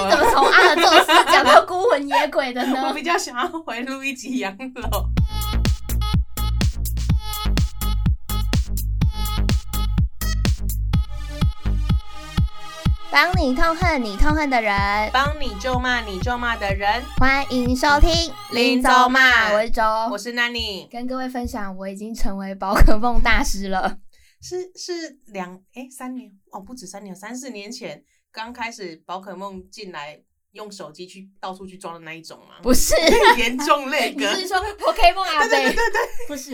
哪有这种事讲到孤魂野鬼的 我呢？比较想要回录一集养老。 帮你痛恨你痛恨的人，帮你咒骂你咒骂的人，欢迎收听《林州骂我是周，我是 Nanny，跟各位分享，我已经成为宝可梦大师 了。是是两哎三年哦，不止三年，三四年前刚开始宝可梦进来，用手机去到处去装的那一种吗？不是，严重那 你个，是说 Pokemon 阿 对对对贝？对对，不是，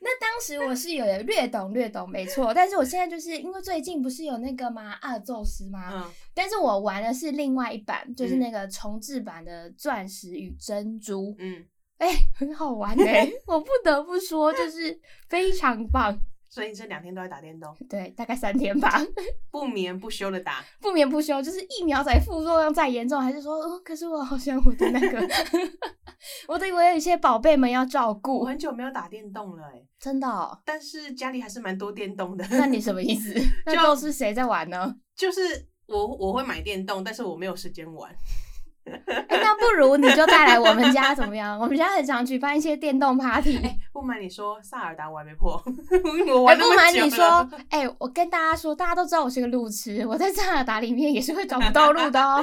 那当时我是有略懂略懂，没错。但是我现在就是因为最近不是有那个吗？阿尔宙斯吗？嗯，但是我玩的是另外一版，就是嗯那个重置版的《钻石与珍珠》，嗯，哎、很好玩哎、 我不得不说，就是非常棒。所以你这两天都在打电动，对，大概三天吧，不眠不休的打，不眠不休，就是疫苗仔副作用再严重，还是说，哦，可是我好想我的那个， 我的我有一些宝贝们要照我顾，很久没有打电动了哎，真的、哦。但是家里还是蛮多电动的，那你什么意思？那都是谁在玩呢？ 就是我我会买电动，但是我没有时间玩，哎、那不如你就带来我们家怎么样？我们家很常举办一些电动 party。不瞒你说，萨尔达我还没破， 我哎，玩不那么瞒久你了说，哎、我跟大家说，大家都知道我是个路痴，我在萨尔达里面也是会找不到路的哦。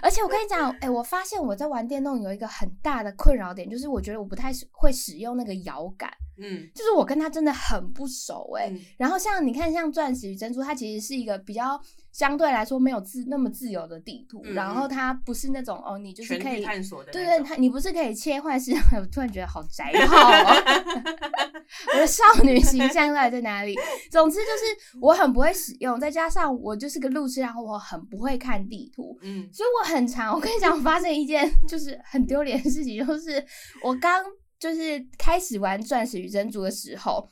而且我跟你讲，哎、我发现我在玩电动有一个很大的困扰点，就是我觉得我不太使会使用那个摇杆，嗯，就是我跟它真的很不熟哎、嗯然后像你看，像钻石与珍珠，它其实是一个比较相对来说没有自那么自由的地图，嗯然后它不是那种哦，你就是全可力以探索的那对种，对，他你不是可以切换是？ 我突然觉得好宅号、哦， 我的少女形象到底在哪里？总之就是我很不会使用，再加上我就是个路痴，然后我很不会看地图。嗯，所以我很常， 我跟你讲，我发生一件就是很丢脸的事情，就是我刚就是开始玩钻石与珍珠的时候，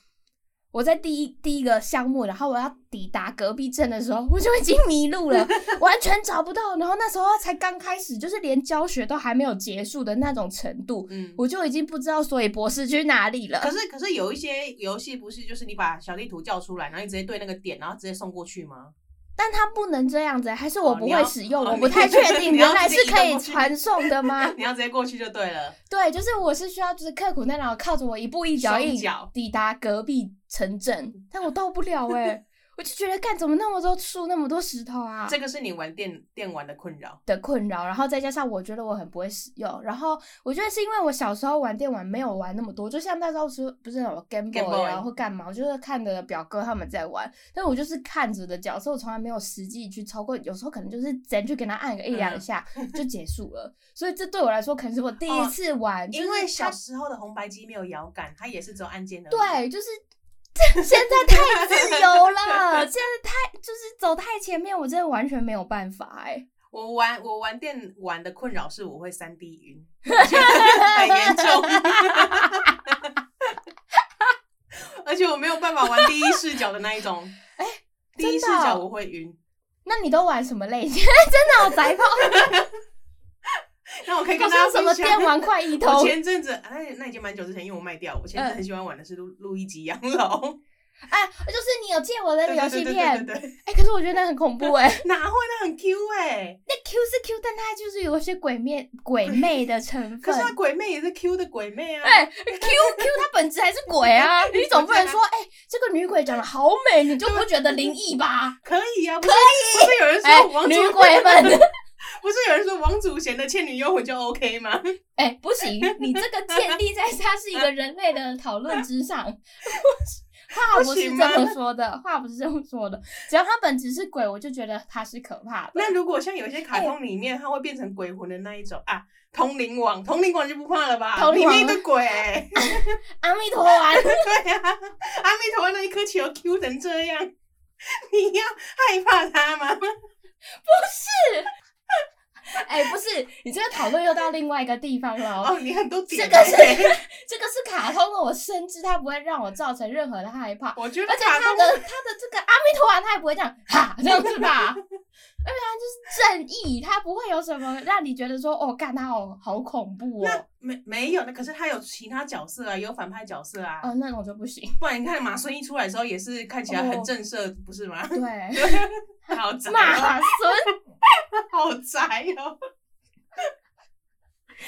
我在第一第一个项目，然后我要抵达隔壁镇的时候，我就已经迷路 了，完全找不到。然后那时候才刚开始，就是连教学都还没有结束的那种程度，嗯。我就已经不知道所以博士去哪里了可。是可是有一些游戏不是就是你把小地图叫出来，然后你直接对那个点，然后直接送过去吗？ 但它不能这样子，还是我哦不你要会使用，哦我你不太确定，你要原来自是己可移以动 去传送的吗？你要直接过去就对了。对，就是我是需要，就是刻苦耐劳，靠着我一步一脚双印脚嗯抵达隔壁城镇，但我到不了哎、 我就觉得干怎么那么多树，那么多石头啊这个是你玩电电玩的困扰。的困扰，然后再加上我觉得我很不会使用，然后我觉得是因为我小时候玩电玩没有玩那么多，就像那时候是不是有 Game Game Boy 啊 Boy 或干嘛，我就是看着表哥他们在玩，但我就是看着的角色，我从来没有实际去超过，有时候可能就是直接去给他按个一两嗯下就结束了，所以这对我来说可能是我第一哦次玩，就因是为它小时候的红白机没有摇杆，它也是只有按键的。，对，就是 现在太自由了，现在太就是走太前面，我真的完全没有办法哎、我玩我玩电玩的困扰是我会三 D 晕，我觉得很严重，而且我没有办法玩第一视角的那一种。第一视真的哦角我会晕，那你都玩什么类型？ 真的好宅炮，那我可以好跟大像家什么分享电。玩快一我通。前阵子，啊那那已经蛮久之前，因为我卖掉。我前阵子很喜欢玩的是路路易吉养老，哎，就是你有借我的那个游戏对对对片，对对对哎、可是我觉得那很恐怖哎、哪会那很 Q 哎、那 Q 是 Q，但它就是有一些鬼面鬼魅的成可分是。他鬼魅也是 Q 的鬼魅啊。哎、q Q 它本质还是鬼 啊！你总不能说，哎、这个女鬼长得好美，你就不觉得灵异 吧？可以啊，不是不是有人哎、说王女祖鬼们，不是有人说王祖贤的《倩女幽魂》就 OK 吗？哎、不行，你这个建 立在它是一个人类的讨论之上， 话不是这不行么吗说的，话不是这么说的。只要它本质是鬼，我就觉得它是可怕的。那如果像有些哎卡通里面，它会变成鬼魂的那一种啊，通灵王，通灵王就不怕了吧？通灵王里面一个鬼、 欸，阿弥陀丸，对啊，阿弥陀佛那一颗球 Q 成这样，你要害怕他吗？哎、不是，你这个讨论又到另外一个地方了哦。哦，你很多点、这个是，这个是卡通的，我深知它不会让我造成任何的害怕，我觉得而且卡它通的它的这个阿弥陀丸，啊它也不会这样哈这样子 吧？而且它就是正义，它不会有什么让你觉得说哦，干它好好恐怖哦。没没有，那可是他有其他角色啊，有反派角色啊，哦，那种就不行。不然你看马孙一出来的时候也是看起来很震慑，不 是吗？对，好宅、哦骂哦，孙好宅哦！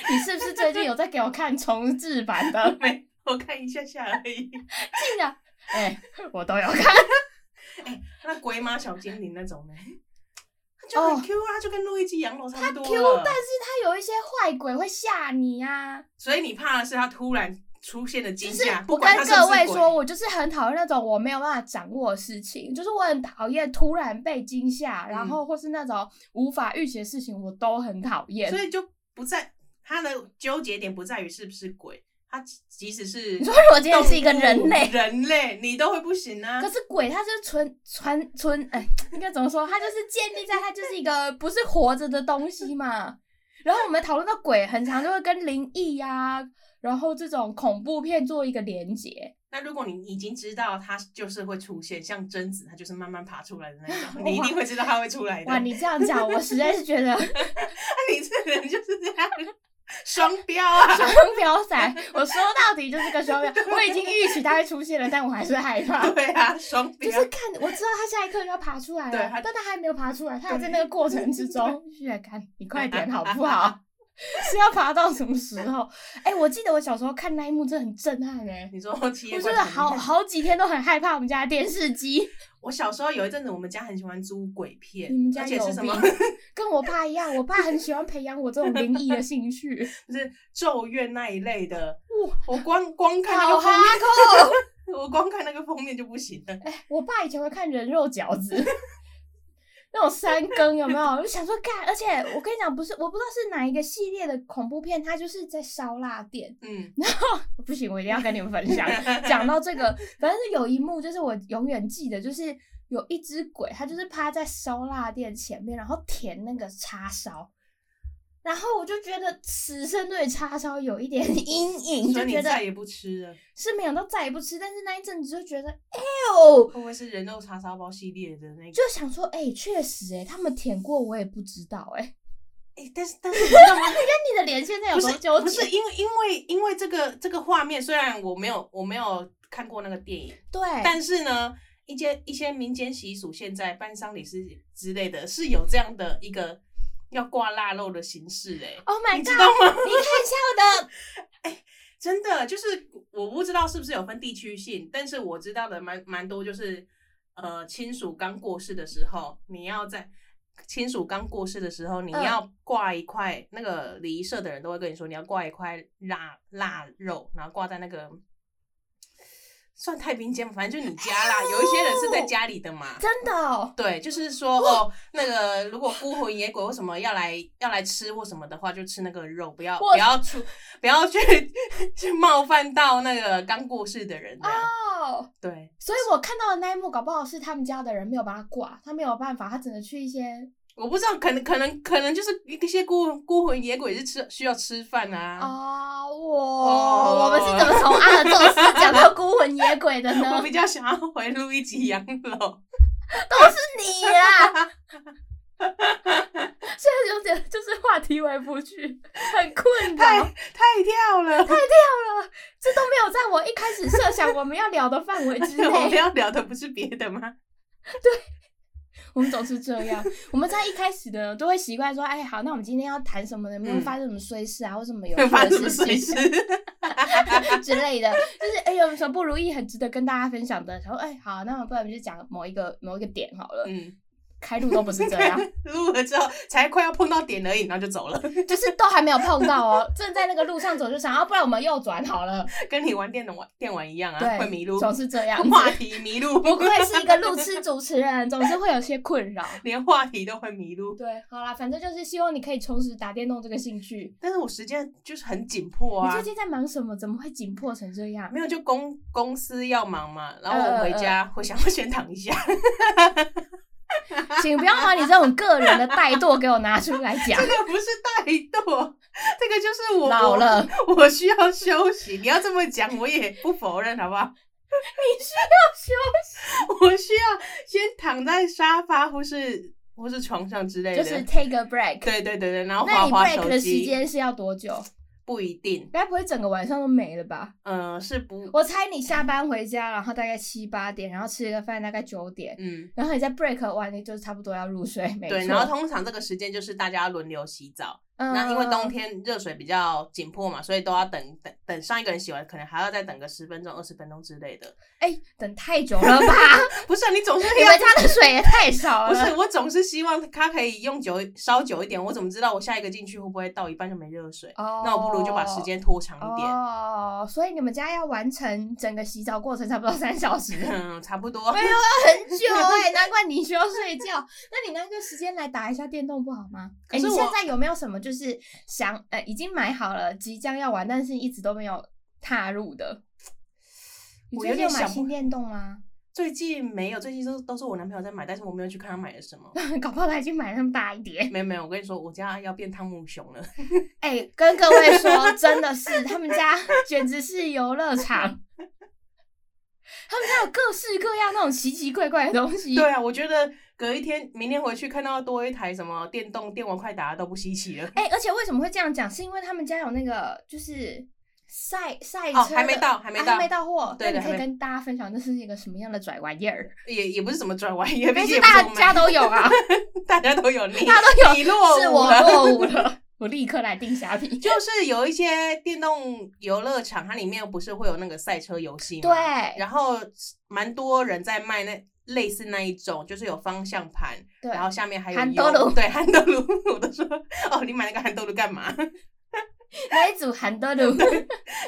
你是不是最近有在给我看重置版的？ 没，我看一下下而已。竟然，哎、我都有看。那鬼马小精灵那 种呢？他就很哦 Q 啊，它就跟路易吉洋楼差不多 Q，了。但是它有一些坏鬼会吓你啊。所以你怕的是他突然出现的惊就是吓，不我管跟他是各不位是说，鬼。我就是很讨厌那种我没有办法掌握的事情，就是我很讨厌突然被惊吓，然嗯后或是那种无法预期的事情，我都很讨厌。所以就不在他的纠结点不在于是不是鬼，他即使 是你说如果今天是一个动物人类，人类你都会不行啊可。是鬼它就是纯纯纯，哎，应该怎么说？它就是建立在它就是一个不是活着的东西嘛。然后我们讨论到鬼，很常就会跟灵异呀、然后这种恐怖片做一个连结。那如果你已经知道它就是会出现，像贞子，它就是慢慢爬出来的那 哇种，你一定会知道它会出来的。哇，你这样讲，我实在是觉得那 你这人就是这 样，双标啊！双标仔，我说到底就是个双标。我已经预期它会出现了，但我还是害怕。对啊，双就标。是看，我知道他下一刻就要爬出来对了他，但他还没有爬出来，他还在那个过程之中。月干，你快点好 不好？是要爬到什么时候？哎、我记得我小时候看那一幕，真的很震撼哎、你说七我夜真怪的谈好好几天都很害怕我们家的电视 机，我小时候有一阵子，我们家很喜欢租鬼片，你们家而且有是什病么？， 跟我爸一样，我爸很喜欢培养我这种灵异的兴 趣。 就是咒怨那一类的。哇，我光光看那好个哈封面，扣！我光看那个封面就不行了。哎、我爸以前会看人肉饺子， 那种三更有没有？我就想说干，而且我跟你讲，不是我不知道是哪一个系列的恐怖片，它就是在烧腊店。嗯，不行，我一定要跟你们分 享。讲到这个，反正是有一幕，就是我永远记得，就是有一只鬼，它就是趴在烧腊店前面，然后舔那个叉烧。然后我就觉得此生对叉烧有一点 阴影，就所以觉你得再也不吃了。是没有到再也不吃，但是那一阵子就觉得，哎呦，会不会是人肉叉烧包系列的那个？就想说，哎、确实、哎，他们舔过，我也不知道、哎，哎，但是但 是你知道吗？你的脸现在有不多是纠不是结？因为因为因为这个这个画面，虽然我没有我没有看过那个电影，对，但是呢，一些一些民间习俗，现在办丧礼是之类的，是有这样的一个要挂腊肉的形式、欸， Oh my 你 god！知道吗？你看笑 的，真的就是我不知道是不是有分地区性，但是我知道的蛮蛮多，就是呃亲属刚过世的时候，你要在。亲属刚过世的时候，你嗯要挂一块、那个礼仪社的人都会跟你说，你要挂一块腊腊肉，然后挂在那个算太平间，反正就你家啦。有一些人是在家里的嘛，真的哦，对，就是说哦，那个如果孤魂野鬼或什么要来要来吃或什么的话，就吃那个肉，不要我不要出，不要去去冒犯到那个刚过世的人这样。哦，对，所以我看到的那一幕，搞不好是他们家的人没有把他挂，他没有办法，他只能去一些我不知道，可能可能可能就是一些孤孤魂野鬼是吃需要吃饭啊。啊，哦我我们是怎么从阿尔宙斯讲到孤魂野鬼的呢 我？比较想要回路一级养老，都是你啦！ 现在有点就是话题回不去，很困太扰。太跳了，这都没有在我一开始设想我们要聊的范 围之内。我们要聊的不是别的吗？我们总是这样，我们在一开始呢都会习惯说，哎，好，那我们今天要谈什么呢？有没有嗯发生什么衰事啊，或什么有发生什趣么的水事事情？之类的，就是哎有什么不如意，很值得跟大家分享的。然后哎，好，那我们不然我们就讲某一个某一个点好了。嗯，开路都不是这样， 录了之后才快要碰到点而已，然后就走了，就是都还没有碰到哦，正在那个路上走就想，啊，不然我们右转好了。跟你玩电脑玩电玩一样啊，对，会迷路。总是这 样子。话题迷路， 不愧是一个路痴主持人，总是会有些困扰。连话题都会迷路。对，好啦，反正就是希望你可以重拾打电动这个兴趣。但是我时间就是很紧迫你啊最，近在忙什么？怎么会紧迫成这样？没有就公公司要忙嘛，然后我回呃家、我想要先躺一下， 请不要把你这种个人的怠惰给我拿出来讲 这。个不是怠惰，这个就是我老了，我，我需要休息。你要这么讲，我也不否认，好 不好？ 我需要先躺在沙发或是或是床上之类就的，是 take a break。对对对对，然后那滑你滑 break 手的时机，间是要多久？不一定，该不会整个晚上都没了吧？呃，是不，我猜你下班回家，然后大概七八点，然后吃个饭，大概九点，嗯。然后你再 break 完，你就差不多要入睡。没对，错。然后通常这个时间就是大家轮流洗澡，嗯那因为冬天热水比较紧迫嘛，所以都要等等等上一个人洗完，可能还要再等个十分钟、二十分钟之类的。 哎、等太久了吧？不是，你总是你要们家的水也太少啊不是 了。，我总是希望它可以用久烧久一点。我怎么知道我下一个进去会不会到一半就没热水？哦那我不如就把时间拖长一点。哦，所以你们家要完成整个洗澡过程差不多三小 时，啊嗯，差不多。很久哎、难怪你需要睡觉。那你那个时间来打一下电动不好吗？可哎、是你我现在有没有什么就是想呃已经买好了，即将要玩，但是一直都没有踏入的？你我最有近点有买想不新电动吗？ 最近没有，最近都都是我男朋友在买，但是我没有去看他买了什 么。搞不好他已经买那么大一点。没有没有，我跟你说，我家要变汤姆熊了。哎、跟各位说，真的是他们家简直是游乐场， 他们家有各式各样那种奇奇怪怪的东西。对啊，我觉得隔一天，明天回去看到多一台什么电动电玩快打都不稀奇了。哎、而且为什么会这样讲？是因为他们家有那个就是赛赛车、啊哦还没到还没到还没到货。对那的你可以还没跟大家分享这是一个什么样的拽玩意儿？也也不是什么转弯，也毕 没竟事，也不大是我家买，都有 啊，大家都有，你大家都有你落是伍我了。落 伍了，我立刻来定虾皮。就是有一些电动游乐场，它里面不是会有那个赛车游戏吗？对，然后蛮多人在卖那类似那一种，就是有方向盘，对，然后下面还有韩油多鲁对，韩德鲁， 我都说哦，你买那个韩德鲁干嘛？那一组韩德鲁，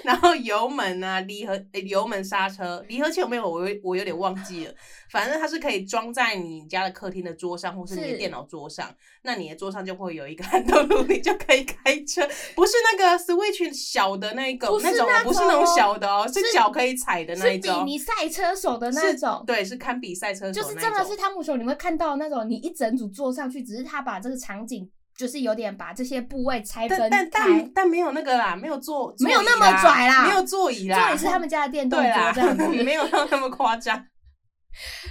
然后油门啊，离合、呃油门、刹车、离合器有没有？我有我有点忘记了。反正它是可以装在你家的客厅的桌上，或是你是的电脑桌上。那你的桌上就会有一个按动路，你就可以开车。不是那个 Switch 小的那个不是那种那哦，不是那种种哦小的哦，是是脚可以踩的那是一比种。你赛车手的那种。对，是看比赛车手就是那真的一是种。汤姆熊，你会看到那种你一整组坐上去，只是他把这个场景，就是有点把这些部位拆分但但开但但没有那个啦，没有座，座没有椅那么拽啦没有座椅啦，这也是他们家的电动对桌啦这样子，， 没有到那么 夸张。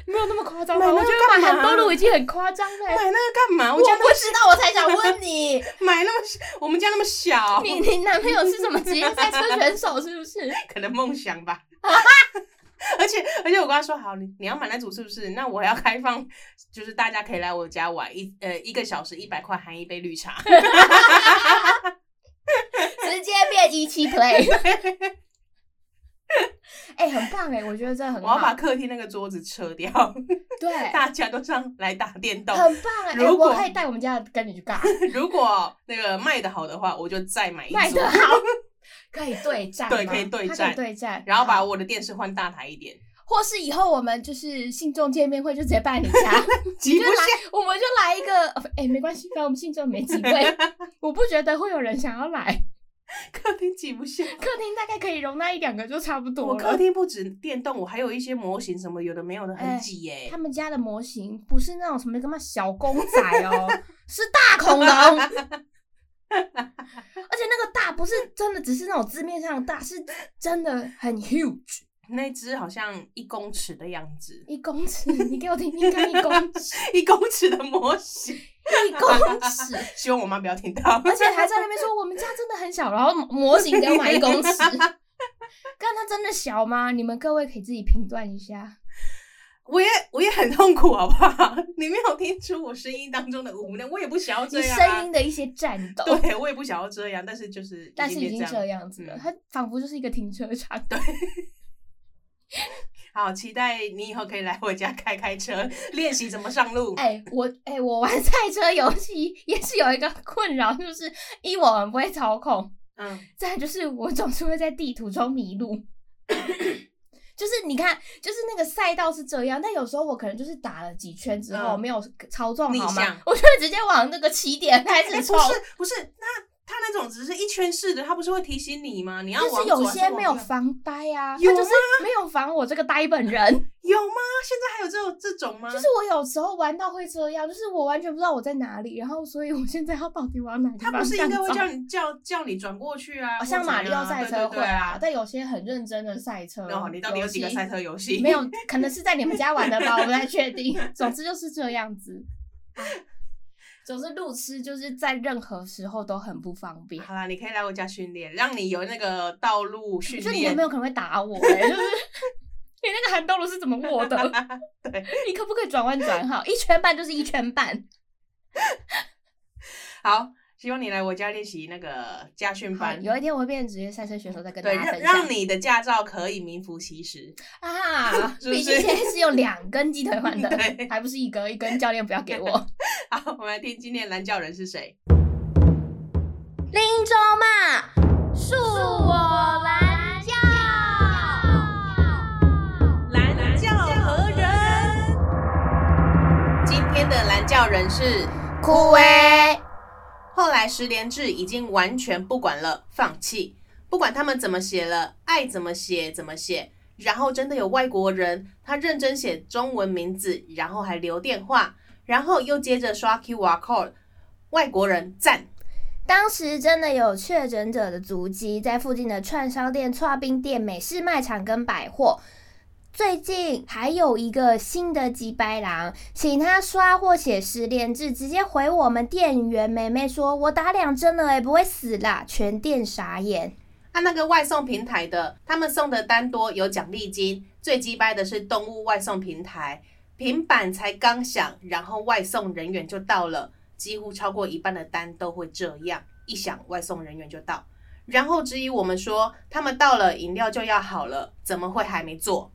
没有那么夸张吧？买那我个觉得买干很嘛多路已经很夸张 买了。那个干嘛？我我家不知道，我才想问你，买那么小，我们家那么 小，你你男朋友是什么职业赛车选手？是不是？可能梦想吧。啊而且而且我跟他说好，你你要买那组是不是？那我要开放，就是大家可以来我家玩一呃一个小时一百块含一杯绿茶。 直接变一期 play。哎、很棒哎，我觉得这很我要把好，客厅那个桌子撤掉，对，大家都上来打电动。很棒哎、如果我可以带我们家的跟你去尬，如果那个卖的好的话，我就再买一卖组的，好， 可以对战吗，对可以对它战对战，然后把好，我的电视换大台一点，或是以后我们就是信众见面会就直接办你家。挤就不来下。，我们就来一个，呃哎、没关系，反正我们信众没几 位，我不觉得会有人想要来。客厅挤 不下。客厅大概可以容纳一两个就差不多我了。客厅不止电动，我还有一些模型什么有的没有的，很哎挤耶、他们家的模型不是那种什么干嘛小公仔哦，是大恐龙，而且那个大不是真的，只是那种字面上的大，是真的很 huge，那只好像一公尺的样子，一公尺。你给我听听看，一公尺， 一公尺的模型， 一公尺。希望我妈不要听 到。而且还 在那边说我们家真的很小，然后模型给我买一公尺。但它真的小吗？你们各位可以自己评断一下。我也我也很痛苦，好不好？ 你没有听出我声音当中的无奈，我也不想要这你样、声啊。音的一些颤抖， 对，我也不想要这样，但是就是但是已变经这这样。样子了，嗯它仿佛就是一个停车场。对，好，期待你以后可以来我家开开车， 练习怎么上路。哎、我哎、我玩 赛车游戏也是有一个困扰，就是一我很不会操控，嗯，再来就是 我总是会在地图中迷路。 就是你看，就是那个赛道是这样，但有时候我可能就是打了几圈之后、嗯没有操纵逆好吗向？我就会直接往那个起点开哎始不冲。是不是，那他那种只是一圈式的，他不是会提醒你吗？你要就是往有左还些往没有右防呆啊，他有嗯就是没有防我这个呆本人。有吗？现在还有这种这种吗？就是我有时候玩到会这样，就是我完全不知道我在哪里，然后所以我现在要到底往哪个他方不是应向该走？会叫你叫叫你转过去啊？哦像马里奥赛车会啊，对对对啊但有些很认真的赛车游戏，哦，你到底有几个赛车游戏？嗯没有，可能是在你们家玩的吧，我不太确定。总之就是这样子。总之，路痴就是在任何时候都很不方便。 好啦，你可以来我家训练，让你有那个道路训就你有练没。有可能会打我、欸？就是 你那个韩道路是怎么握的？ 对，你可不可以转弯转好？一圈半就是一圈半。好，希望你来我家练习那个家训好，班，有一天我会变成职业赛车选手，再跟大对，家让分享。让你的驾照可以名副其实。啊，是不毕竟是现在是用两根鸡腿换的，对，还不是一根，一根教练不要给我。好，我们来听今天的蓝教人是谁。林州嘛，恕我蓝教。蓝教何人？今天的蓝教人是枯萎，后来十连制已经完全不管了，放弃，不管他们怎么写了，爱怎么写怎么写。然后真的有外国人，他认真写中文名字，然后还留电话，然后又接着刷 QR code，外国人赞。当时真的有确诊者的足迹，在附近的串烧店、串冰店、美式卖场跟百货。最近还有一个新的吉白狼，请他刷或写十连字，直接回我们店员妹妹说：“我打两针了、欸，不会死啦！”全店傻眼。按那个外送平台的，他们送的单多有奖励金，最鸡掰的是动物外送平台，平板才刚响，然后外送人员就到了，几乎超过一半的单都会这样，一响外送人员就到，然后质疑我们说他们到了饮料就要好了，怎么会还没做？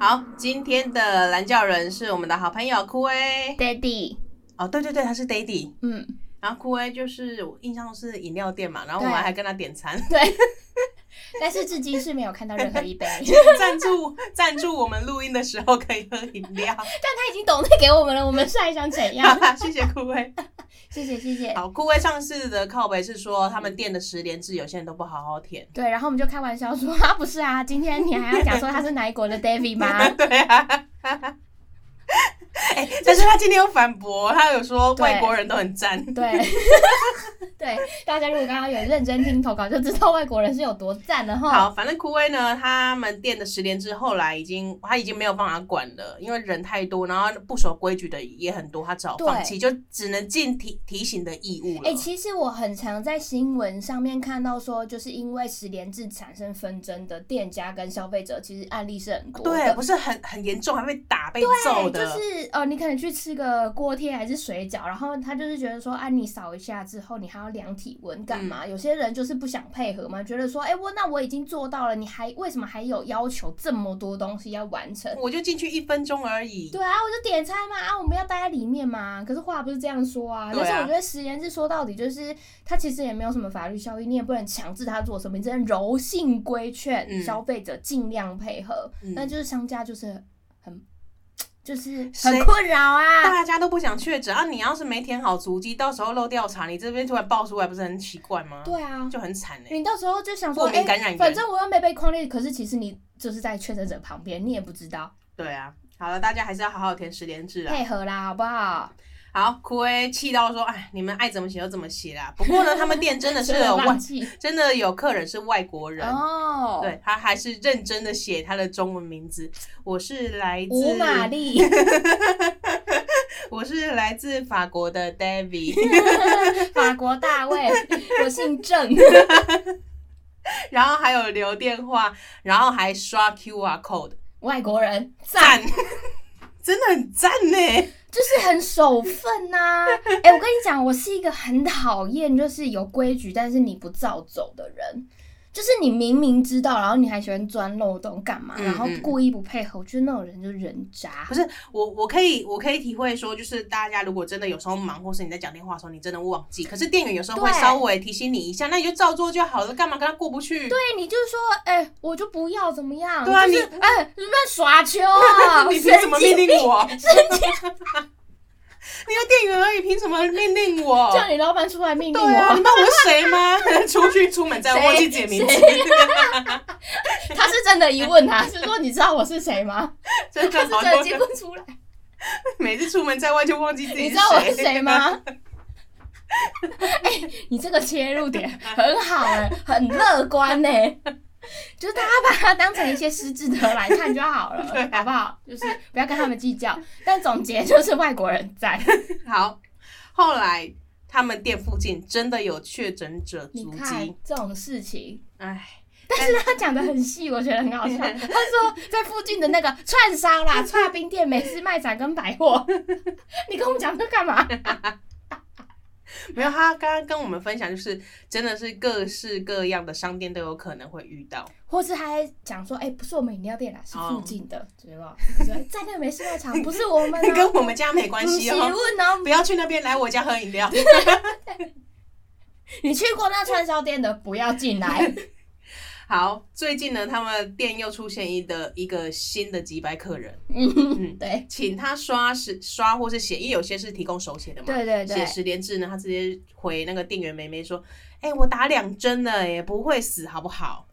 好，今天的蓝教人是我们的好朋友酷威 Daddy，哦，对对对，他是 Daddy。嗯，然后酷威就是我印象中是饮料店嘛，然后我对们还跟他点餐，但是至今是没有看到任何一杯， 但赞助赞助我们录音的时候可以喝饮 料，他已经懂得给我们了，我们下一想怎好样？啦，谢谢 酷威。谢谢谢谢。好，酷威上次的靠北是说他们店的十连制有些人都不好 好填，对，然后我们就开玩笑说啊，不是啊，今天你还要讲说他是哪一国的 David 吗？ 对啊。哎、但是他今天有反驳，他有说对外国人都很赞，对， 对，大家如果刚刚有认真听投稿，就知道外国人是有多赞了哈。好，反正酷威呢，他们店的十连制后来已经他已经没有办法管了，因为人太多，然后不守规矩的也很多，他只好对放弃，就只能尽提提醒的义务了。哎、其实我很常在新闻上面看到说，就是因为十连制产生纷争的店家跟消费者，其实案例是很多对，的。不是很很严重，还被打被对，揍就的。是呃，你可能去吃个锅贴还是水饺，然后他就是觉得说，啊，你扫一下之后，你还要量体温干嘛？嗯有些人就是不想配合嘛，觉得说，哎、我那我已经做到了，你还为什么还有要求这么多东西要完成？我就进去一分钟而已。对啊，我就点餐嘛，啊，我们要待在里面嘛。可是话不是这样说啊，对啊但是我觉得十言制说到底就是，它其实也没有什么法律效益，你也不能强制他做什么，你只能柔性规劝嗯消费者尽量配合。嗯那就是商家就是很，就是很谁困扰啊。大家都不想确诊啊！你要是没填好足迹，到时候漏调查，你这边突然爆出来，不是很奇怪吗？对啊，就很惨哎、你到时候就想说，过哎、敏感染源。反正我又没被框列，可是其实你就是在确诊者旁边，你也不知道对啊，好了，大家还是要好好填十连制啊。配合啦，好不好？好，枯威气到说：“哎，你们爱怎么写就怎么写啦。”不过呢，他们店真的是啊真的 有外忘，记真的有客人是外国人。哦，，对他还是认真的写他的中文名字，我是来自五玛丽。我是来自法国的 David，法国大卫，我姓 郑。然后还有留电话，然后还刷 QR code，外国人赞，赞，真的很赞呢。就是很守份 呐、哎、我跟你讲，我是一个很讨厌就是有规矩，但是你不照走的人。就是你明明知道，然后你还喜欢钻漏洞干嘛？嗯然后嗯故意不配合，我觉得那种人就是人渣不。是我，我可以，我可以体会说，就是大家如果真的有时候忙，或是你在讲电话的时候，你真的忘记，可是店员有时候会对稍微提醒你一下，那你就照做就好了，干嘛跟他过不去？ 对，对，你就是说，哎、我就不要怎么样？对啊就是哎，乱、耍球啊！ 你凭什么命令我？神经病？ 你有店员而已，凭什么命令我？叫你老板出来命令对我，啊，你知道我是谁吗？ 出去出门再忘记自己的名字， 他是真的，一问他是说，你知道我是谁 吗？真他的是啊好真的多接人不出来。每次出门在外就忘记自己你知道我是谁？ 吗？哎、你这个切入点很好哎、很乐观呢、就是大家把它当成一些失智的来看就好了， 对啊好不好？就是不要跟他们计较。但总结就是外国人在，好，后来他们店附近真的有确诊者你足看迹，这种事情，哎，但是他讲的很细，我觉得很好笑。 他说在附近的那个串烧啦、串冰店、美式卖场跟百货， 你跟我们讲这干嘛？没有，他刚刚跟我们分享，就是真的是各式各样的商店都有可能会遇到。或是他还讲说，哎、不是我们饮料店啦，是哦附近的，知道吧？ 说在那个美式卖场，不是我们、哦，跟我们家没关系不是哦，问哦，不要去那边来我家喝饮料。你去过那串烧店的不要进 来。好，最近呢，他们店又出现一的一个新的几百 客人，嗯，对，请他刷是刷或是写，因为有些是提供手写的嘛，对对对写，十连制呢，他直接回那个店员妹妹说：“哎、我打两针了，哎，不会死，好不好？”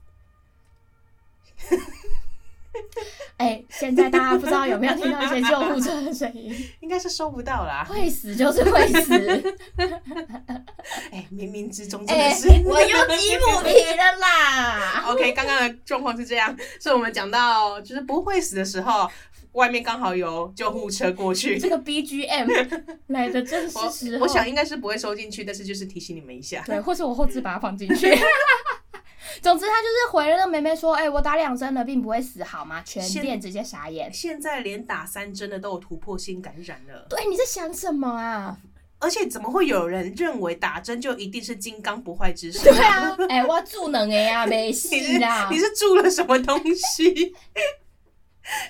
哎、现在大家不知道有没有听到一些救护车的声音？ 应该是收不到 啦。会死就是会 死，哎、冥冥之中真的哎、是、我又吉姆皮了啦。 OK，刚刚的状况是这样，是我们讲到就是不会死的时候，外面刚好有救护车过去。这个 BGM 来的正是时我候。我想应该是不会收进去，但是就是提醒你们一下。对，或是我后置把它放进 去。总之，他就是回了那梅梅说：“哎、我打两针了，并不会死，好吗？”全先店直接傻眼。现在连打三针的都有突破性感染了，对，你在想什么啊？而且怎么会有人认为打针就一定是金刚不坏之身对？啊， 哎、我住能哎呀，没事你是啦 你。是住了什么东 西？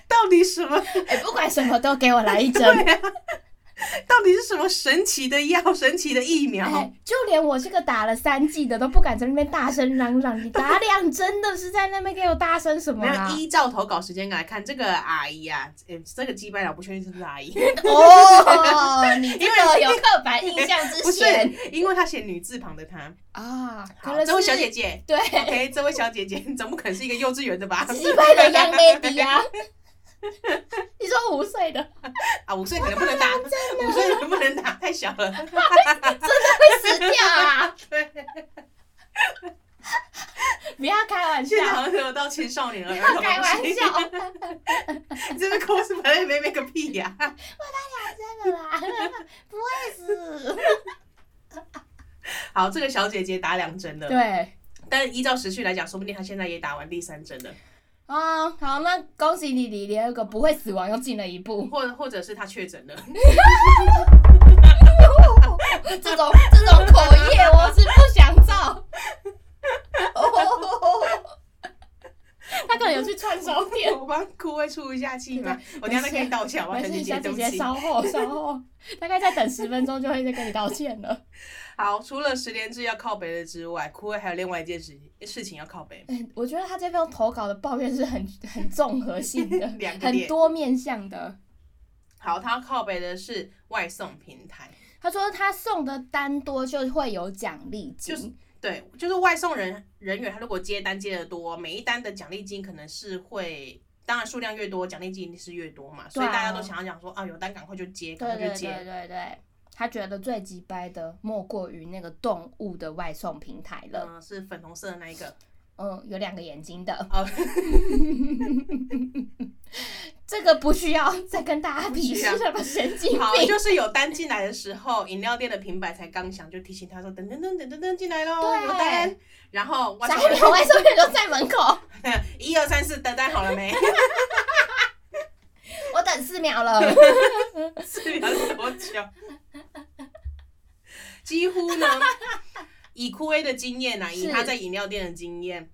到底什么？哎、不管什么都给我来一针。到底是什么神奇的药、神奇的疫苗？哎、就连我这个打了三剂的都不敢在那边大声嚷嚷，你打两针的是在那边给我大声什么啊没有啦？依照投稿时间来看，这个阿姨啊，诶这个鸡掰佬不确定是不 是阿姨，哦， 你这个有刻板印象不之是嫌，因为她写女字旁的她。 啊，可好，能这位是小姐姐对 ，OK，这位小姐姐，你总不可能是一个幼稚园的吧？几百的 young lady 啊。你说五岁的 啊，五岁可能不能 打，五岁可能不能打，太小了。会死掉啊！ 对，不要开玩笑现在，好像有到青少年不儿要 童开玩笑， 东西，你这边抠是本来没没个屁呀、 真的啦， 不会死。好，这个小姐姐打两针了， 对但依照时序来讲，说不定她现在也打完第三针了，啊，好，那恭喜你离那个不会死亡又进了一 步。或或者是她确诊 了。这种这种口业我是不想造。 哦，他可能有去串烧店。 我帮枯萎出一下气嘛，我等一下再跟你道歉，好吧，没小姐事，姐，小对姐不姐起。稍 后稍后，大概再等十分钟就会再跟你道歉 了。好，除了十连制要靠北的之外，枯萎还有另外一件事事情要靠北，，嗯，我觉得他这份投稿的抱怨是很很综合性的 两个很点。多面向的。好，他要靠北的是外送平台，他说他送的单多就会有奖励金，就是对，就是外送人人员，他如果接单接的多，每一单的奖励金可能是会。当然，数量越多，奖励金是越多嘛，所以对啊大家都想要讲说啊，有单赶快就接，赶对快对就接。对对对，他觉得最鸡掰的莫过于那个动物的外送平台了。嗯，是粉红色的那一 个。嗯，有两个眼睛的。哦 这个不需要再跟大家比不需是要什么神经好，病。就是有单进来的时候，饮料店的平板才刚响，就提醒他说：“等等等等等等，进来喽，对有单。”然后外傻送眼，外送员都在门口，人 一二三四，等单好了没？我等四秒 了。治疗多久？ 几乎呢，以枯萎的经验啊，以是他在饮料店的经验，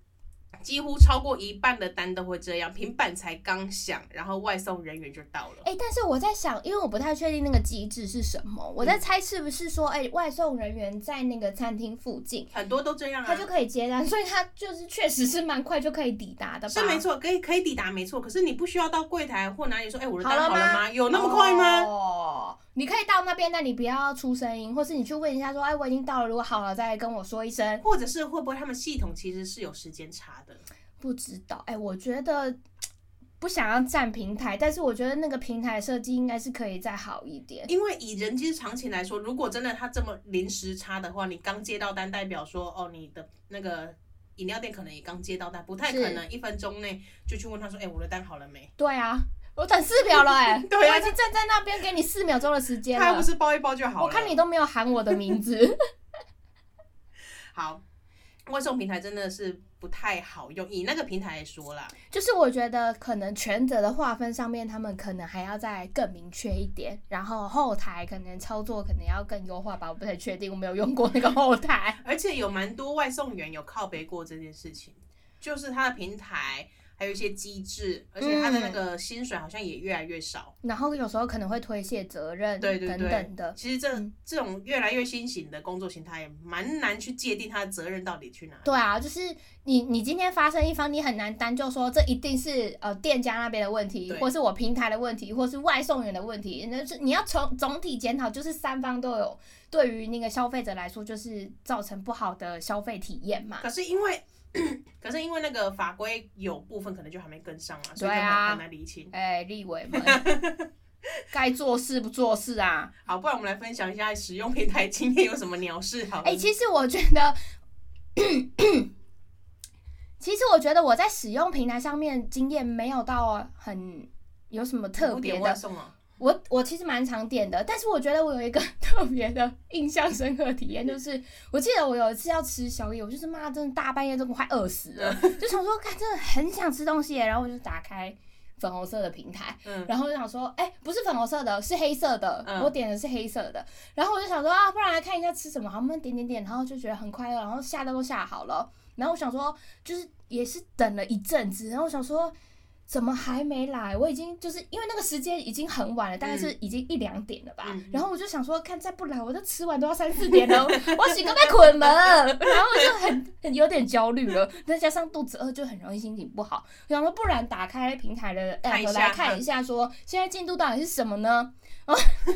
几乎超过一半的单都会这样，平板才刚响，然后外送人员就到了。哎、但是我在想，因为我不太确定那个机制是什么，我嗯在猜是不是说，哎、外送人员在那个餐厅附近，很多都这样他啊就，可以接单，所以他就是确实是蛮快就可以抵达的吧？是没错，可以可以抵达没错，可是你不需要到柜台或哪里说，哎、我的好单了好了吗吗？有那么快吗？哦，你可以到那边，但你不要出声音，或是你去问一下说，哎，我已经到了，如果好了再跟我说一声。或者是会不会他们系统其实是有时间差的？不知道，哎，我觉得不想要占平台，但是我觉得那个平台设计应该是可以再好一点。因为以人之常情来说，如果真的他这么临时差的话，你刚接到单，代表说哦，你的那个饮料店可能也刚接到单，不太是可能一分钟内就去问他说，哎、我的单好了没？对啊，我等四秒了、哎， 对啊我已经站在那边给你四秒钟的时间他还不了。是包一包就好了。我看你都没有喊我的名字，好。外送平台真的是不太好用，以那个平台来说啦，就是我觉得可能权责的划分上面，他们可能还要再更明确一点，然后后台可能操作可能要更优化吧，我不太确定，我没有用过那个后台。 而且有蛮多外送员有靠背过这件事情，就是他的平台还有一些机制，而且他的那个薪水好像也越来越少。然后有时候可能会推卸责任，对对对等等的。其实这、嗯这种越来越新型的工作形态，蛮难去界定他的责任到底去哪里。对啊，就是你你今天发生一方，你很难单就说这一定是呃店家那边的问题，对或是我平台的问题，或是外送员的问题，那是你要从总体检讨，就是三方都有对于那个消费者来说，就是造成不好的消费体验嘛。可是因为 可是因为那个法规有部分可能就还没跟上嘛，所以就对很啊很难厘清。哎、立委 们，该做事不做事啊！好，不然我们来分享一下使用平台经验有什么鸟事好了。哎、其实我觉得，其实我觉得我在使用平台上面经验没有到很有什么特五别点的外，送啊，我我其实蛮常点的，但是我觉得我有一个 特别的印象深刻的体验，就是我记得我有一次要吃宵夜，我就是妈真的大半夜都快饿死 了，就想说，看真的很想吃东西耶，然后我就打开粉红色的平台，嗯，然后就想说，哎、不是粉红色的，是黑色的，嗯我点的是黑色的。然后我就想说啊，不然来看一下吃什么，好，我们点点点，然后就觉得很快乐，然后下单都下好了。然后我想说，就是也是等了一阵子，然后我想说，怎么还没来？我已经就是因为那个时间已经很晚了，大概是已经一两点了吧。嗯然后我就想说，看再不来，我都吃完都要三四点了， 我洗个被捆门，然后我就很很 有点焦虑了，再加上肚子饿，就很容易心情不好。我想说，不然打开平台的看一 app 下来看一下，说现在进度到底是什么呢？然后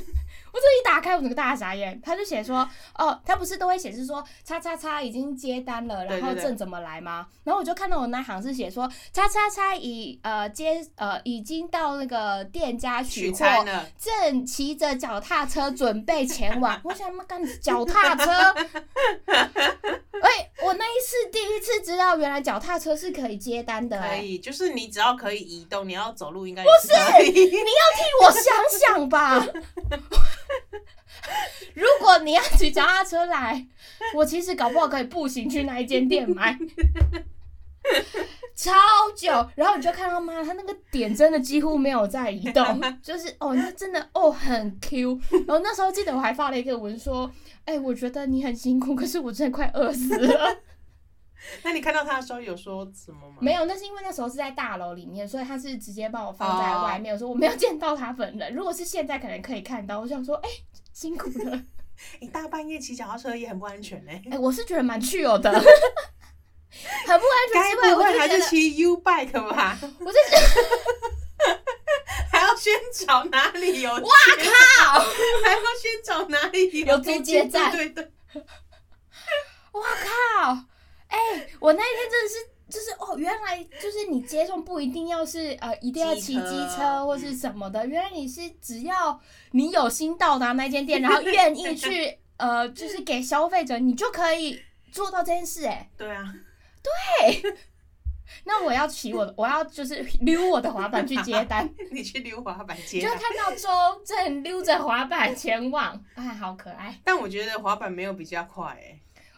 我这一打开，我整个大傻眼。他就写说，哦，他不是都会显示说叉叉叉已经接单了，对然后对对正怎么来吗？然后我就看到我那行是写说叉叉叉已呃接呃已经到那个店家取取货，餐了，正骑着脚踏车准备前往。我想他妈干脚踏车！哎、我那一次第一次知道，原来脚踏车是可以接单的、可哎，以，就是你只要可以移动，你要走路应该也是可以。 替我想想吧。如果你要骑脚踏车来，我其实搞不好可以步行去那一间店买。超久，然后你就看到妈，他那个点真的几乎没有在移动，就是哦，那真的哦很 Q。然后那时候记得我还发了一个文说，哎、我觉得你很辛苦，可是我真的快饿死了。那你看到他的时候有说什么吗？没有，那是因为那时候是在大楼里面，所以他是直接帮我放在外面，我说我没有见到他本人。如果是现在，可能可以看到。我想说，哎、辛苦了，你哎大半夜骑脚踏车也很不安全呢、 哎、我是觉得蛮去 油的，很不安全该之外，不我会就还觉是得，骑 U bike 吧？我就觉 还要宣找哪里有？哇靠！ 还要宣找哪里有租租借金站对对对，我靠！哎、我那一天真的是，就是哦，原来就是你接送不一定要是呃，一定要骑机车机车或是什么的，原来你是只要你有心到达那间店，然后愿意 去呃，就是给消费者，你就可以做到这件事、哎，对啊， 那我要骑我的，我要就是 溜我的滑板去 接单，你去溜滑板就接啊。看到周正溜着滑板前往，哎，好可爱！但我觉得滑板没有比较快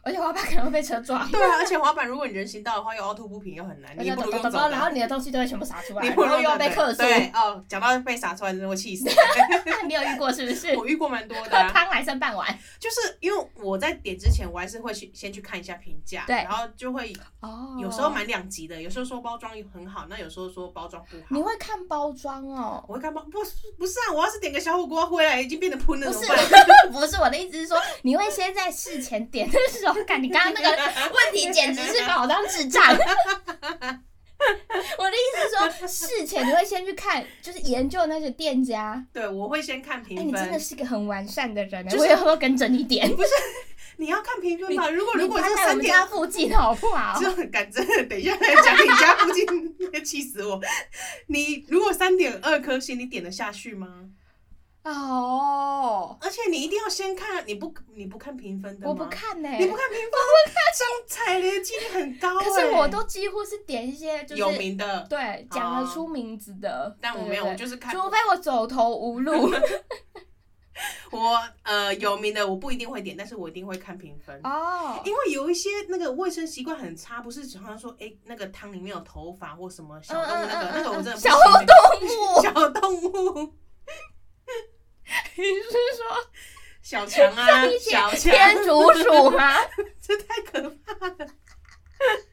哎、而且滑板可能会被车撞。 对啊，而且滑板如果你人行道的话，又凹凸不平又很难， 你不如用走的。然后你的东西都会全部洒出来，你然不后如又用要走的被克数。 对哦，讲到被撒出来，真的会气死。 你有遇过是不是？我遇过蛮多喝的、啊，汤来剩半碗。就是因为我在点之前，我还是会去先去看一下评价，对然后就会哦有时候蛮两极的，有时候说包装很好，那有时候说包装不你好。会看包装哦。我会干嘛？不是不是啊！我要是点个小火锅回来，已经变得喷了，不怎是么办？， 不是我的意思是说，你会先在事前点的时候看。你刚刚那 个问题简直是把我当智障。 我的意思是说，事前你会先去看，就是研究那个店家。对，我会先看哎、评你真分。的是个很完善的人、就是我以后会跟着你点。你要看评分吧。如果如果你搬这在我三们点，家附近好不好？就很敢真的，等一下来讲你家附近， 气死我！你如果三点二颗星，你点得下去吗？ 哦，而且你一定要先看，啊你不你不看评分的吗？我不看呢、你不看评分，上彩的几率很高、欸。可是我都几乎是点一些就是有名的，对讲得出名字的，但我没有，对我对就是对 看，除非我走投无路，我呃有名的我不一定会点，但是我一定会看评分。哦，因为有一些那个卫生习惯很差，不是常常说，哎、那个汤里面有头发或什么小动物那个，那个我真的不小行欸动物，嗯 小动物， 你是说小强啊，一些 小强， 天竺鼠吗？这太可怕了。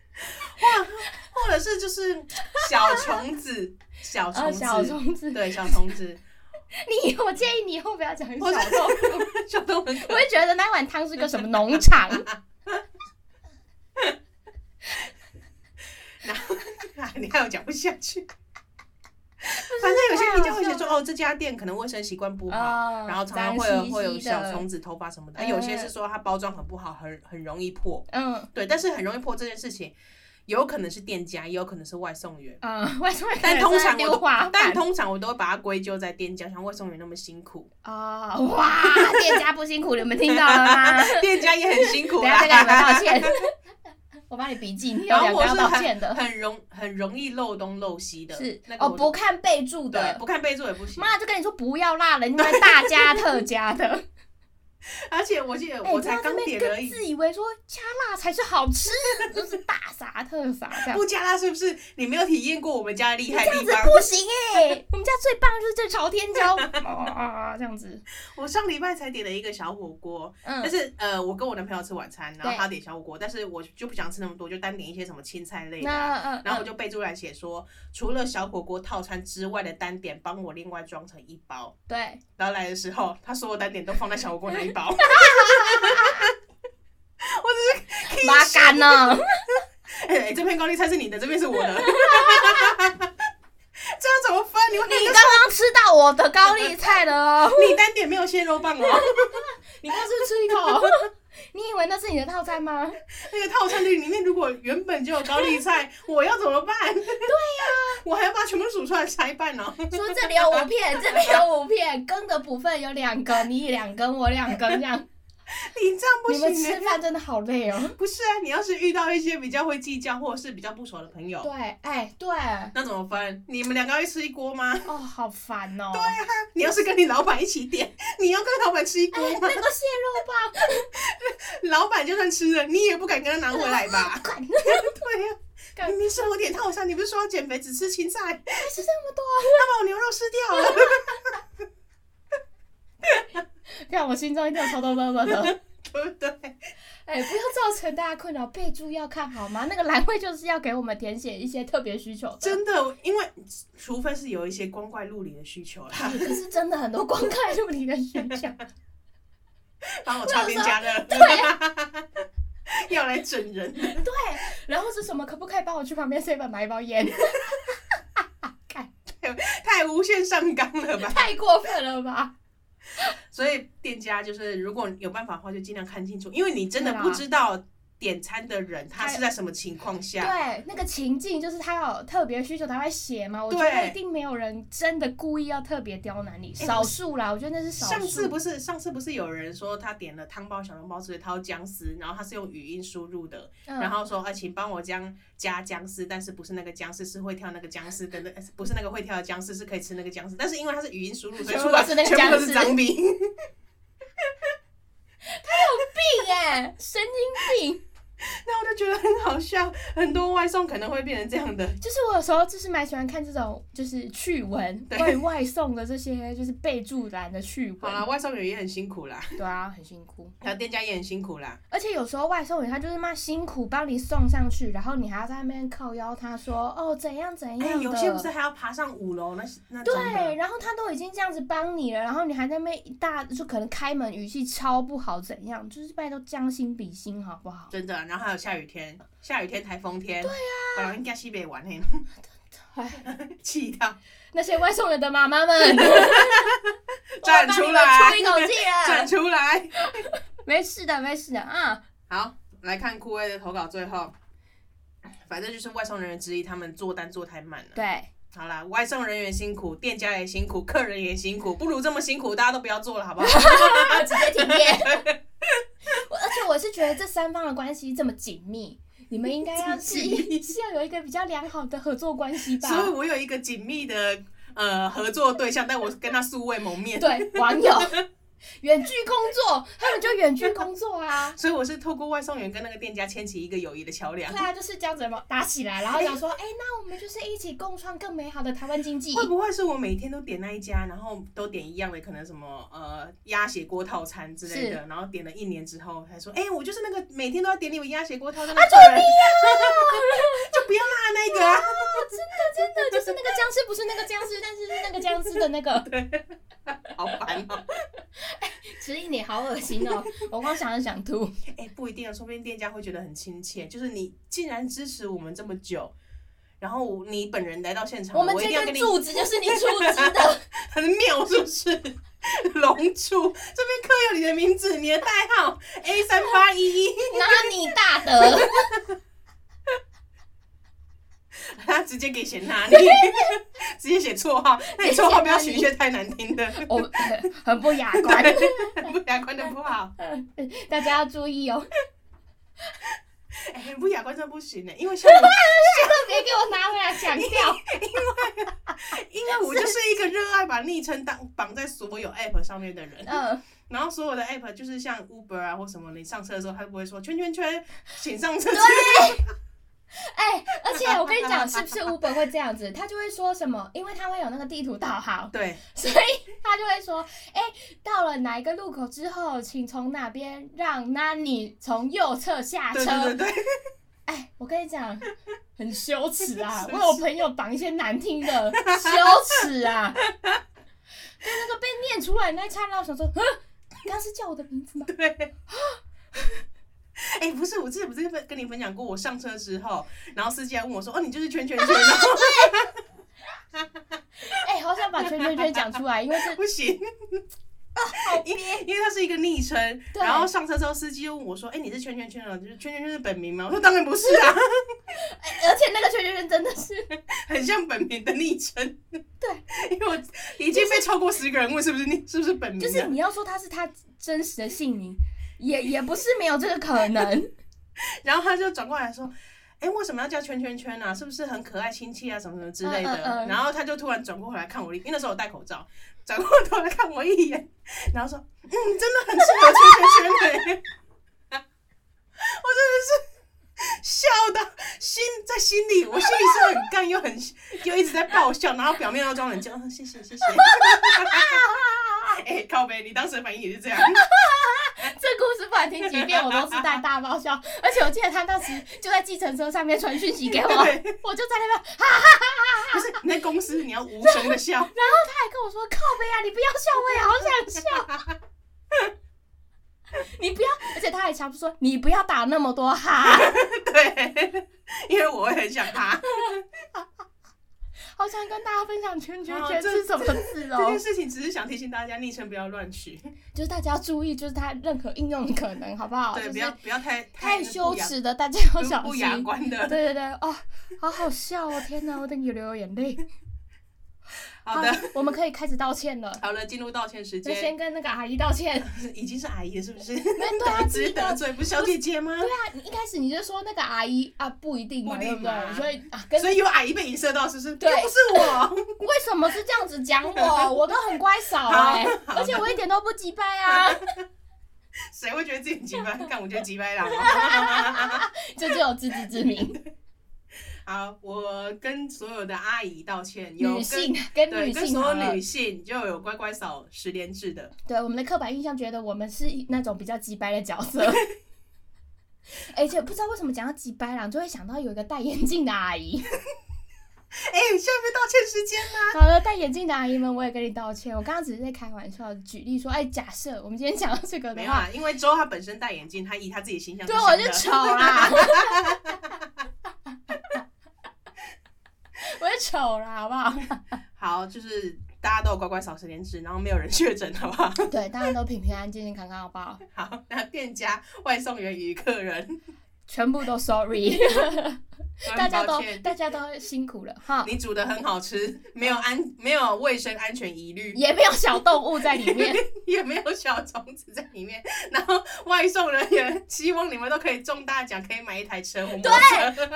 哇，或者是就是小虫子，哦小虫呃，子，小虫子，对，小虫子，你我建议你以后不要讲小我是动物，小动物很可我会觉得那碗汤是个什么农 场。啊然后你看我讲不下去。反正有些评价会写说，哦，这家店可能卫生习惯不好，哦然后常常会有会有脏小。兮兮虫的子、头发什么的。啊嗯有些是说它包装很不好，很很容易破。嗯对，但是很容易破这件事情，有可能是店家，也有可能是外送员。嗯，为什么？但通常我丢花都，但瓣通常我都会把它归咎在店家，像外送员那么辛苦，啊、哦！哇，店家不辛苦，你们听到了吗？店家也很 辛等 苦一下再跟你们道啦。歉。 我帮你笔记，你有然后两个我要是道歉的，很容很容易漏东漏西的，是那个哦，我就不看备注对，的。不看备注也不行。妈就跟你说不要辣了，你们大加特加的。而且我记得哎，我你知才道刚这边点而跟已，自以为说加辣才是好吃， 就是大撒特撒这样。不加辣是不是？你没有体验过我们家的厉害这样地子方？不行哎、我们家最棒就是这朝天椒啊啊啊！这样子，我上礼拜才点了一个小火锅，但嗯，是呃，我跟我男朋友吃晚餐，然后对他点小火锅，但是我就不想吃那么多，就单点一些什么青菜类的啊。那嗯，然后我就备注栏写说，除了小火锅套餐之外的单点，帮我另外装成一包。嗯对，然后来的时候，他所有单点都放在小火锅那 一包。麻干呢，哎、这片高丽菜是你的，这边是我 的，这 样怎么分？你会你刚刚吃到我的高丽菜了哦， 你单点没有蟹肉棒哦，你刚刚是不是吃一口？ 你以为那是你的套餐吗？那个套餐里面如果原本就有高丽菜，我要怎么办？ 对呀、我还要把它全部数出来拆半呢、 说这里有五片，这边有五片，羹的部分有两根，你两根，我两根，这样。你这样不你们吃行、欸饭真的好累哦。不是啊，你要是遇到一些比较会计较或者是比较不熟的朋友，对，哎，对，那怎么分？你们两个要去吃一锅吗？ 哦，好烦哦。你要是跟你老板一起点，你要跟老板吃一锅吗？哎那个蟹肉棒， 老板就算吃了，你也不敢跟他拿回来吧？ 快，对呀、干明明是我点套餐，你不是说要减肥只吃青菜， 他还是这么多。把我牛肉吃掉了。 看我心中一定有超多多多多。对不对？ 哎，不要造成大家困扰，备注要看好吗？那个栏位就是要给我们填写一些特别需求的。真的，因为除非是有一些光怪陆离的需求啦，哎可是真的很多光怪陆离的选 项，帮我擦边加热， 要来整人。然后是什么？可不可以帮我去旁边 seven 买一包烟？ 太无限上纲了吧？太过分了吧！所以店家就是，如果有办法的话，就尽量看清楚，因为你真的对啦不知道点餐的人他还是在什么情况下。对，啊那个情境就是他有特别需求才会写嘛。我觉得对一定没有人真的故意要特别刁难你，哎少数啦，我觉得那是少上次数。不是上次不是有人说他点了汤包、小笼包之类，他要姜丝，然后他是用语音输入的，然嗯，后说啊，请帮我将加姜丝，但是不是那个姜丝，是会跳那个姜丝的那，呃不是那个会跳的姜丝，是可以吃那个姜丝，但是因为它是语音输入，所以全部出来都是那个全部都姜是丝脏饼。病哎，神经病！那我就觉得很好笑，很多外送可能会变成这样的，就是我有时候就是蛮喜欢看这种就是趣闻，对关于外送的这些就是备注栏的趣好闻。啦，外送员也很辛苦啦，对啊，很辛苦。然后店家也很辛苦啦，而且有时候外送员他就是妈辛苦帮你送上去，然后你还要在那边靠腰，他说哦怎样怎样哎、的。有些不是还要爬上五楼那那种对，的，然后他都已经这样子帮你了，然后你还在那边一大就可能开门语气超不好，怎样？就是拜托将心比心好不好？真的，然后还有下雨天，下雨天、台风天，对呀、啊，本来应该西北玩嘿，哎， 气到那些外送员的妈妈们， 站出来我帮你们出一口 站气了。出来。没事的，没事的啊。好，来看酷威的投稿，最后，反正就是外送人员之一，他们做单做太慢了。对，好啦，外送人员辛苦，店家也辛苦，客人也辛苦，不如这么辛苦，大家都不要做了，好不好？直接停业。 我而且我是觉得这三方的关系这么紧密，你们应该要是 是要有一个比较良好的合作关系吧？所以我有一个紧密的呃合作对象，但我跟他素未谋面。对，网友。远距工作，他们就远距工作啊。所以我是透过外送员跟那个店家牵起一个友谊的桥梁对。啊，就是这样子嘛，打起来，然后想说，哎、那我们就是一起共创更美好的台湾经济。会不会是我每天都点那一家，然后都点一样的，可能什么呃鸭血锅套餐之类的，然后点了一年之后，他说，哎、我就是那个每天都要点你 们鸭血锅套餐的那种人，就不要辣那个、啊。真的就是那个僵尸，不是那个僵尸，但是是那个僵尸的那 个。好烦哦、迟一点，好恶心哦！我光想就想吐。哎、不一定啊，说不定店家会觉得很亲切，就是你竟然支持我们这么久，然后你本人来到现场，我我们一这定要跟根你柱子就是你出资的，很妙，是不是？龙柱这边刻有你的名字，你的代号 A 三八一一，拿你大德。他直接给写哪里？ 直接写绰号，那你绰号不要取一些太难听的， 我很很不雅观，不雅观的不好。大家要注意哦，哎、不雅观真的不行呢、欸因为像我，特别给我拿回来强调。因为我就是一个热爱把昵称当绑在所有 app 上面的人， 嗯，然后所有的 app 就是像 Uber 啊或什么，你上车的时候，他不会说圈圈圈，请上车之类的。哎、而且我跟你讲，是 不是 Uber 会这样子？他就会说什么？因为他会有那个地图导航， 对，所以他就会说，哎、到了哪一个路口之后，请从哪边让 Nani 从右侧下车。对对对对，哎，我跟你 讲，很羞耻啊！是不我是有朋友绑一些难听 的，羞耻啊！但那个被念出来那一刹那，我想说，哼，刚是叫我的名字吗？ 哎、不是，我之前不是跟跟你分享过，我上车之后，然后司机还问我说，哦，你就是圈圈圈，然后 哎、好想把圈圈圈讲出来，因为 这不行，啊好因为因为它是一个昵称，对然后上车之后司机就问我说，哎、你是圈圈圈哦，就是圈圈圈是本名吗？我说当然不是啊， 哎而且那个圈圈圈真的是， 很像本名的昵称，对，因为我已经被超过十个人问是不是你是不是本名、啊，就是你要说他是他真实的姓名，也也不是没有这个可 能。然后他就转过来说：“哎、为什么要叫圈圈圈啊？是不是很可爱亲切啊，什么什么之类的？”嗯嗯嗯然后他就突然转过回来看我一，因为那时候我戴口罩，转过头来看我一眼，然后说：“嗯，真的很适合圈圈圈的、 我真的是笑到心在心里，我心里是很干又很又一直在爆笑，然后表面要装冷静，嗯谢谢谢 谢。哎、靠北，你当时的反应也是这样。这故事不管听几遍，我都是在大爆笑。而且我记得他当时就在计程车上面传讯息 给我，对我就在那边不是你在公司，你要无声的笑， 然后他还跟我说：“靠背啊，你不要笑，我也好想笑。”你不要，而且他还强迫说：“你不要打那么多哈， 对，因为我会很想他。好想跟大家分享圈圈哦圈这是什么字这哦件。事情只是想提醒大家，昵称不要乱取，”就是大家要注意，就是它任何应用的可能，好不好？对，就不要是不要太太羞不雅耻的，大家要小不不心雅。观对的。对对，哦，好好笑哦！天哪，我等你流眼泪。好的，，我们可以开始道歉了。好了，进入道歉时就间，先跟那个阿姨道 歉。已经是阿姨了，是 不是？没有对啊，直接第一个得罪不是小姐姐吗？对啊，你一开始你就说那个阿姨啊，不一定嘛，不一定对嘛对？所以啊，跟所以有阿姨被影射到，是不是？对又不是我，为什么是这样子讲我？ 我都很乖少哎、而且我一点都不鸡掰啊，谁会觉得自己急掰？看我觉得急掰啦。这就有自知之明。 好，我跟所有的阿姨道歉， 有女跟性跟对女跟性所好有了，女性就有乖乖嫂十连制的，对我们的刻板印象觉得我们是那种比较鸡掰的角 色。而且不知道为什么讲到鸡掰啦，就会想到有一个戴眼镜的阿 姨。哎，下面道歉时间啦。好了，戴眼镜的阿姨们，我也跟你道歉，我刚刚只是在开玩笑，举例说，哎，假设我们今天讲到这个没的有呃话，啊，因为周他本身戴眼镜，他以他自己形象是对啊想的，我就丑啦，我就丑啦，好不 好？好，就是大家都有乖乖扫十连制，然后没有人确诊，好不 好？对，大家都平平安安、健健康康，好不好？好，那店家、外送员与客人，全部都 sorry，很大家啊抱都歉大家都辛苦了哈，你煮的很好吃，没有安没有卫生安全疑虑，也没有小动物在里 面，也没有小虫子在里面。然后外送人员希望你们都可以中大奖，可以买一台车或摩托 车。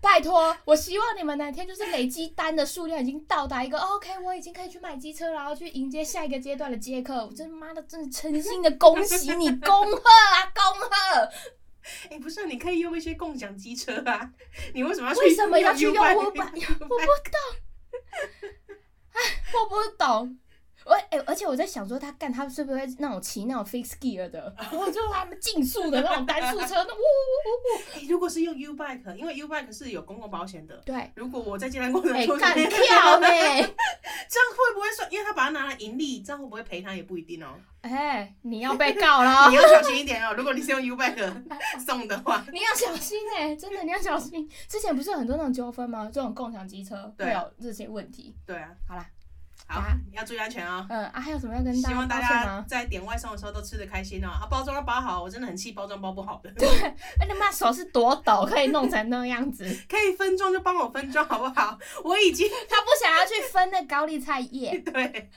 拜托，我希望你们哪天就是累积单的数量已经到达一个 OK，我已经可以去买机车，然后去迎接下一个阶段的接客。我真妈的，真的诚心的恭喜你，恭贺啊，恭贺！哎、不是、啊，你可以用一些共享机车啊，你为什么要去？为什么要去用用 Uber？我不懂，哎，我不懂。我哎、而且我在想说，他干他是不是会那种骑那种 fix gear 的，然后就是他们竞速的那种单速车，那呜呜呜呜，哎、如果是用 U Bike，因为 U Bike 是有公共保险的。对，如果 我在接单过程哎、中，干跳呢、 这样会不会算？因为他把它拿来盈利，这样会不会赔他也不一定哦。哎、你要被告了你。要小心一点哦。如果你是用 U Bike 送的话，你要小心哎、真的你要小心。之前不是有很多那种纠纷吗？这种共享机车对会啊有这些问题。对啊，好啦，好啊，要注意安全哦。嗯啊，还有什么要跟大希家望大抱歉啊家吗？在点外送的时候都吃得开心哦。啊，包装要包好，我真的很气包装包不好的。哎、你妈手是多抖，可以弄成那样 子？可以分装就帮我分装好不好？我已经，他不想要去分那高丽菜叶 对。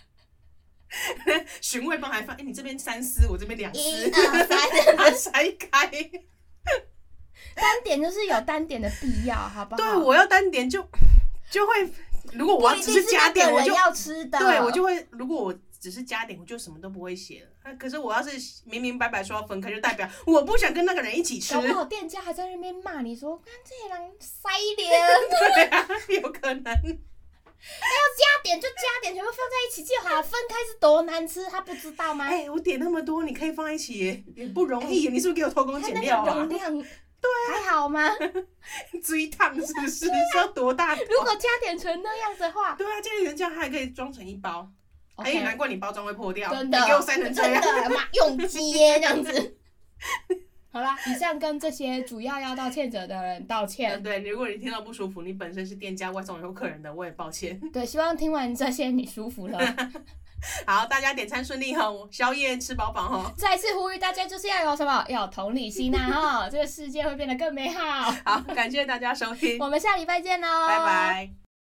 询问帮还放，哎、你这边三丝，我这边两一丝，二三，它拆开。单点就是有单点的必要，好不好？对，我要单点就就会，如果我不要一定只是是加点，那个我人就要吃的，对我就会，如果我只是加点，我就什么都不会写了。啊可是我要是明明白白说要分开，就代表 我不想跟那个人一起吃搞。不好店家还在那边骂你说，看这人塞脸。对啊， 有可能。加点就加点，全部放在一起就好，分开是多难吃，他不知道吗？哎、我点那么多，你可以放一起耶，也不容易耶。你是不是给我偷工他减哎那料个啊容？ 量，对、还好吗？追烫是 不是？是要多大？如果加点成那样子的话对啊，这个原价它还可以装成一包。 哎、 ，OK，难怪你包装会破掉，真的，你给我塞成这样。真的，妈用鸡耶这样 子。好啦，以上跟这些主要要道歉者的人道歉。对，如果你听到不舒服，你本身是店家外送有客人的，我也抱歉。对，希望听完这些你舒服了。嗯 好，大家点餐顺利哦，宵夜吃饱饱哦。再次呼吁大家，就是要有什么，要有同理心啊呐、 哈，这个世界会变得更美好。 好，感谢大家收听，我们下礼拜见喽，哦拜。拜。